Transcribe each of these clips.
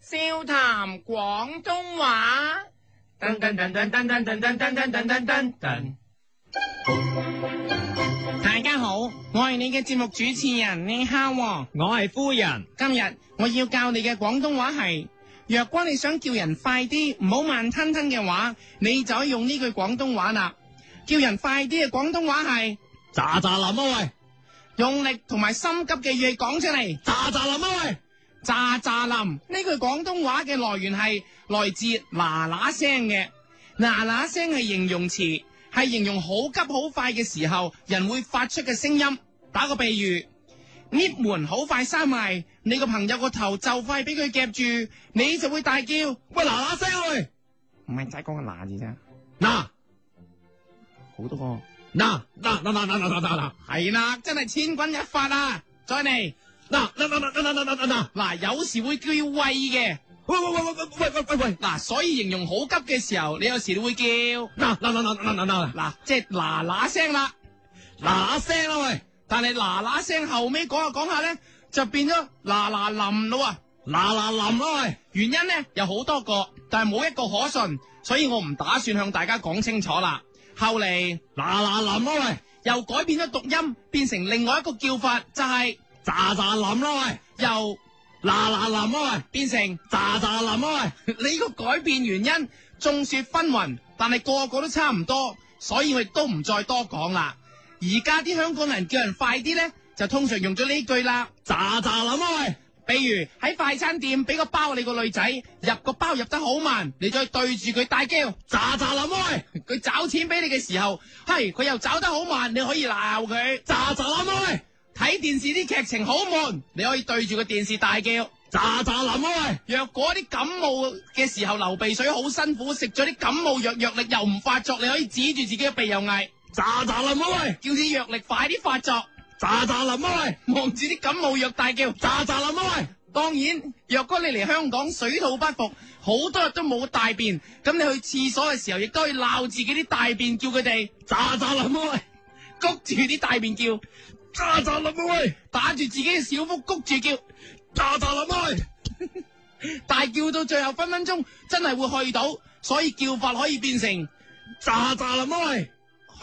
笑談廣東話。噔噔噔噔噔噔噔噔噔噔噔噔噔大家好，我係你嘅節目主持人，你好喎。我係夫人，今日我要教你嘅廣東話係：若果你想叫人快啲，唔好慢吞吞嘅話，你就可以用呢句廣東話啦。叫人快啲嘅廣東話係喳喳林啊喂，用力同埋心急嘅嘢講出嚟。喳喳林啊喂，喳喳林呢句廣東話嘅來源係來自嗱嗱聲嘅，嗱嗱聲係形容詞，係形容好急好快嘅時候人會發出嘅聲音。打個比喻，lift 門好快閂埋，你個朋友個頭就快俾佢夾住，你就會大叫，唔喂嗱嗱聲啊喂，係齋講個嗱字啫，嗱好多個。嗱嗱嗱嗱嗱嗱嗱嗱係啦，真係千鈞一發啊！再嚟嗱嗱嗱嗱嗱嗱嗱嗱嗱，嗱，有時會叫喂嘅，喂喂喂喂喂喂喂喂喂，嗱，所以形容好急嘅時候，你有時會叫。嗱嗱嗱嗱嗱嗱嗱嗱，即係嗱嗱聲啦，嗱嗱聲啦喂，但係嗱嗱聲後尾講下講下咧，就變咗嗱嗱淋咯啊！嗱嗱林啦喂，原因咧有好多個，但係冇一個可信，所以我唔打算向大家講清楚啦。後嚟嗱嗱林啦喂，又改變咗讀音，變成另外一個叫法，就係、喳喳林啦喂，又嗱嗱林啦喂，變成喳喳林啦 呢個改變原因眾說紛紜，但係個個都差唔多，所以我亦都唔再多講啦。而家啲香港人叫人快啲咧，就通常用咗呢句啦。喂，喳喳林啦喂，比如喺快餐店俾個包你個女仔，入個包入得好慢，你再對住佢大叫， 喳喳林啦喂，佢找錢俾你嘅時候，係佢又找得好慢，你可以鬧佢。喳喳林啦喂，睇電視啲劇情好悶，你可以對住個電視大叫。喳喳林啦喂，若果啲感冒嘅時候流鼻水好辛苦，食咗啲感冒藥藥力又唔發作，你可以指住自己嘅鼻又嗌，喳喳林啦喂，叫啲藥力快啲發作， 喳喳林啦喂，望住啲感冒藥大叫。喳喳林啦喂。當然，若果你嚟香港水土不服，好多日都冇大便，咁你去廁所嘅時候，亦都可以鬧自己啲大便，叫佢哋喳喳林啊谷住啲大便叫，喂，喳喳林啊喂，打住自己嘅小腹谷住叫，喳喳林啊喂，但係叫到最後分分鐘真係會去到，所以叫法可以變成喳喳林啊喂，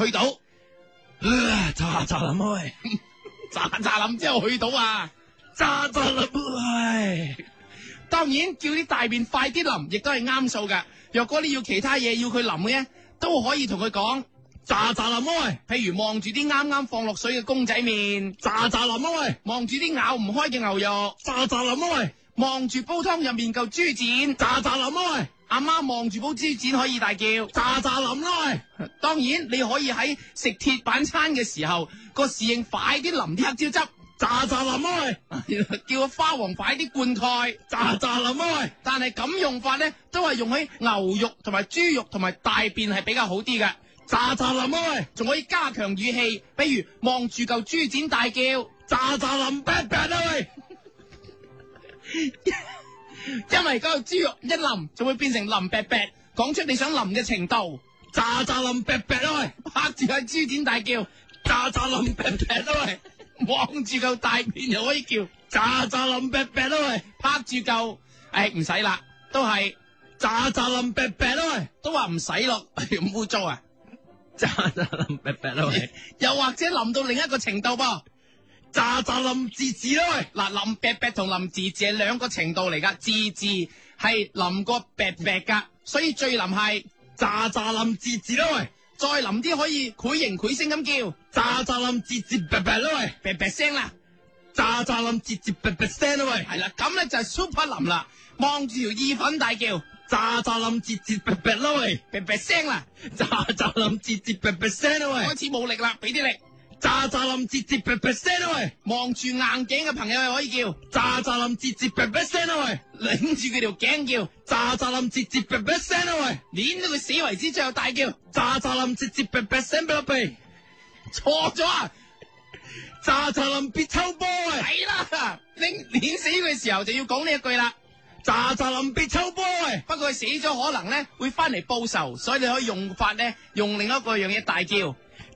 去到，啊喳喳林啊喂，喳喳諗之後去到啊！喳喳林啊喂，當然叫啲大便快啲淋，亦都係啱數噶。若果你要其他嘢要佢淋嘅，都可以同佢講，喳喳林啊喂，譬如望住啲啱啱放落水嘅公仔麵。喳喳林啊喂，望住啲咬唔開嘅牛肉，喳喳林啊喂，望住煲湯入面嚿豬展，喳喳林啊喂，阿媽望住煲豬展可以大叫。喳喳林啊喂，當然你可以喺食鐵板餐嘅時候，個侍應快啲淋啲黑椒喳喳林啊喂，汁， 叫個花王快啲灌溉。喳喳林啊喂，但係咁用法呢，都係用喺牛肉同埋豬肉同埋大便係比較好啲嘅，喳喳林啊喂，仲可以加強語氣，比如望住嚿豬展大叫。喳喳林 bad bad 啊喂，因為嗰嚿豬肉一淋就會變成淋白白，講出你想淋嘅程度，喳喳林 bad bad 啊喂，拍住喺豬展大叫，喳喳林 bad bad 啊喂，望住嚿大便又可以叫，喳喳林 bad bad 啊喂，拍住嚿，唉唔使啦，都係喳喳林 bad bad 啊喂。都話唔使咯，咁污糟啊！喳喳林劈劈啦喂，又或者淋到另一個程度噃，喳喳林字字啦喂，嗱淋白白同淋字字係兩個程度嚟噶，字字係淋過白白噶，所以最淋係喳喳林字字啦喂，再淋啲可以繪形繪聲咁叫，喳喳林字字劈劈啦喂，白白聲啦。喳喳林字字劈劈聲啦喂，係啦，咁咧就係 super 林啦，望住條意粉大叫，喳喳林字字劈劈啦喂，嗶嗶聲啦，喳喳林字字劈劈聲啦喂，開始冇力啦，俾啲力，喳喳林字字劈劈聲啦喂，望住硬頸嘅朋友又可以叫，喳喳林字字劈劈聲啦喂，擰住佢條頸叫，喳喳林字字劈劈聲啦喂，捏到佢死為止，最後大叫，喳喳林字字劈劈聲俾我鼻，錯咗啊，喳喳林別抽波喂，係啦，拎捏死佢嘅時候就要講呢一句啦。喳喳林別抽波喂，不過佢死咗可能咧會翻嚟報仇，所以你可以用法咧用另一個樣嘢大叫，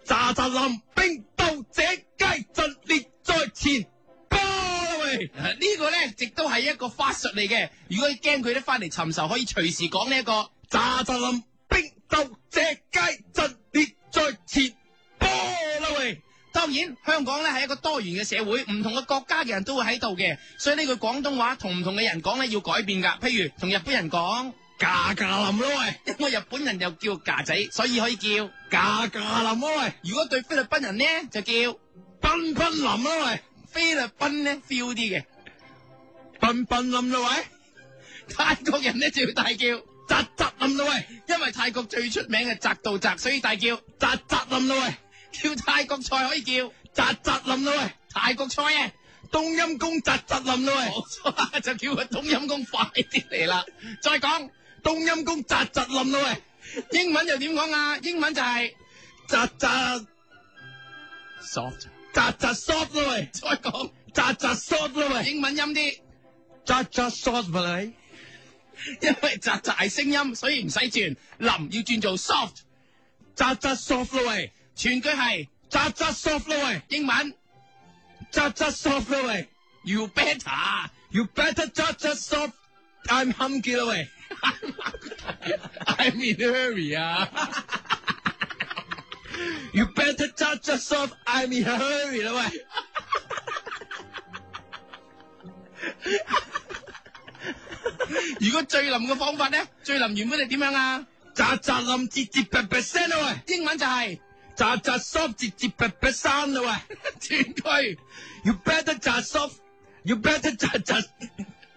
喳喳林兵到這街陣列在前，波啦喂。喂！啊呢個咧，亦都係一個法術嚟嘅。如果你驚佢咧翻嚟尋仇，可以隨時講呢一個。咋咋林逼鬥只街陣列在前波啦喂！當然，香港咧係一個多元嘅社會，唔同嘅國家嘅人都會喺度嘅，所以呢句廣東話同唔同嘅人講咧要改變㗎。譬如同日本人講，架架林啦喂！因為日本人又叫架仔，所以可以叫；架架林啦喂！如果對菲律賓人呢，就叫奔奔林啦喂！菲律賓咧 feel 啲嘅，奔奔林啦喂！泰國人咧就要大叫，因扎扎冧啦喂，啊為泰國最出名嘅宅道宅，所以大叫。扎扎冧啦喂，啊叫泰國菜可以叫扎扎冧啦喂，泰國菜啊！冬陰公扎扎冧啦喂，冇錯啦，就叫佢冬陰功快啲嚟啦。再講冬陰公扎扎冧啦喂，啊英文又點講啊？英文就係、扎扎 soft。扎扎 short 啦喂，再講扎扎 short 啦喂，英文音啲， 扎扎 short 啦喂，因為扎扎係聲音，所以唔使轉林要轉做 soft。扎扎 soft 啦喂，全句係扎扎 soft 啦喂，英文扎扎 soft 啦喂 you better。 ，You better 扎扎 soft，I'm hungry 啦喂， I'm in a hurry 啊！ You better 扎扎 soft，I'm in a hurry 啦喂，如果最林嘅方法咧，最林原本係點樣啊？扎扎冧節節白白聲啦喂，英文就係、扎扎 soft 節節白白生啦喂。全句 You better 扎 soft, you better 扎扎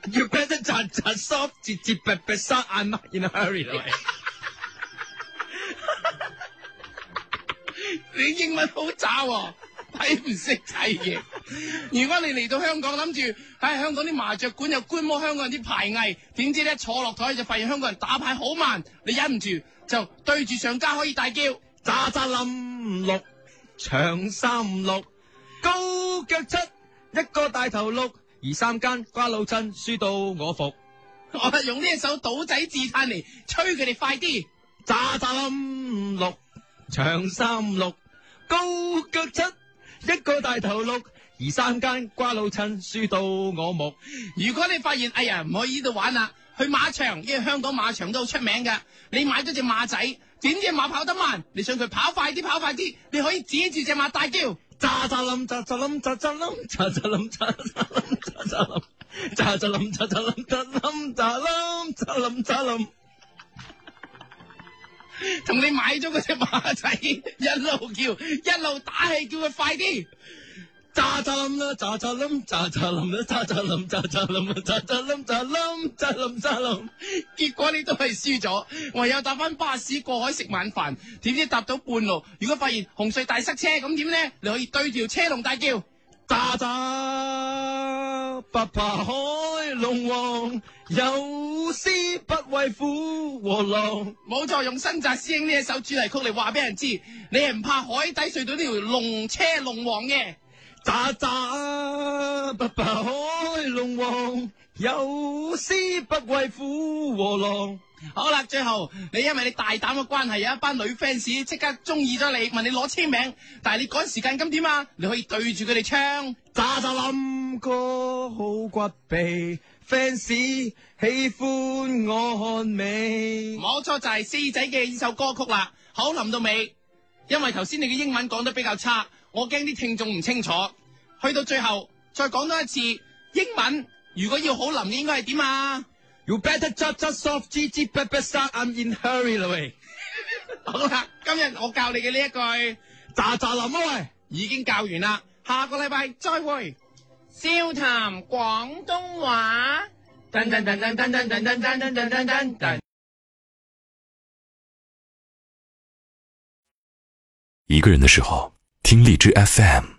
，you better 扎扎 soft，節節白白沙，I'm not in a hurry 啦喂。 你英文好渣喎、睇唔識睇嘢。如果你嚟到香港諗住，唉、香港啲麻雀館又觀摩香港人啲牌藝，點知咧坐落台就發現香港人打牌好慢，你忍唔住就對住上家可以大叫， 扎扎冧六，長三六，高腳七，一個大頭六，而三間瓜老襯，輸到我服。我係用呢一首賭仔自嘆嚟催佢哋快啲。扎扎冧六，長三六，高腳七，一個大頭六，而三間瓜老襯，輸到我目。如果你發現哎呀唔可以呢度玩啦，去馬場，因為香港馬場都好出名㗎。你買咗隻馬仔，點知馬跑得慢，你想佢跑快啲跑快啲，你可以指住只馬大叫。 喳喳冧，喳喳冧，喳喳冧，喳喳冧，喳喳冧，喳喳冧，喳喳冧，喳喳冧，喳冧，喳冧，喳冧，喳冧。同你買咗嗰只馬仔，一路叫，一路打氣，叫佢快啲。喳喳冧啦，喳喳冧，喳喳冧啦，喳喳冧，喳喳冧啦，喳喳冧，喳冧，喳冧，喳冧。結果你都係輸咗，唯有搭翻巴士過海食晚飯。點知搭到半路，如果發現紅隧大塞車，咁點呢？你可以對條車龍大叫。喳喳，不怕海龍王，有詩不畏虎和狼。冇錯，用新紮師兄呢一首主題曲嚟話俾人知，你係唔怕海底隧道呢條龍車龍王嘅。喳喳，不怕海龍王，有詩不畏虎和狼。好啦，最後你因為你大膽嘅關係，有一班女 fans 即刻中意咗你，問你攞簽名，但係你趕時間咁點啊？你可以對住佢哋唱。喳喳冧歌好骨鼻，fans 喜歡我看尾。冇錯，就係、四仔嘅呢首歌曲啦。好，臨到尾，因為頭先你嘅英文講得比較差，我驚啲聽眾唔清楚。去到最後再講多一次英文，如果要好臨嘅應該係點啊？ You better just just soft G G b a b a start I'm in hurry 啦喂，好啦，今日我教你嘅呢一句喳喳冧啊喂，已經教完啦，下個禮拜再會。笑談廣東話。噔噔噔噔噔噔噔噔噔噔噔噔噔。一个人的时候，听荔枝 FM。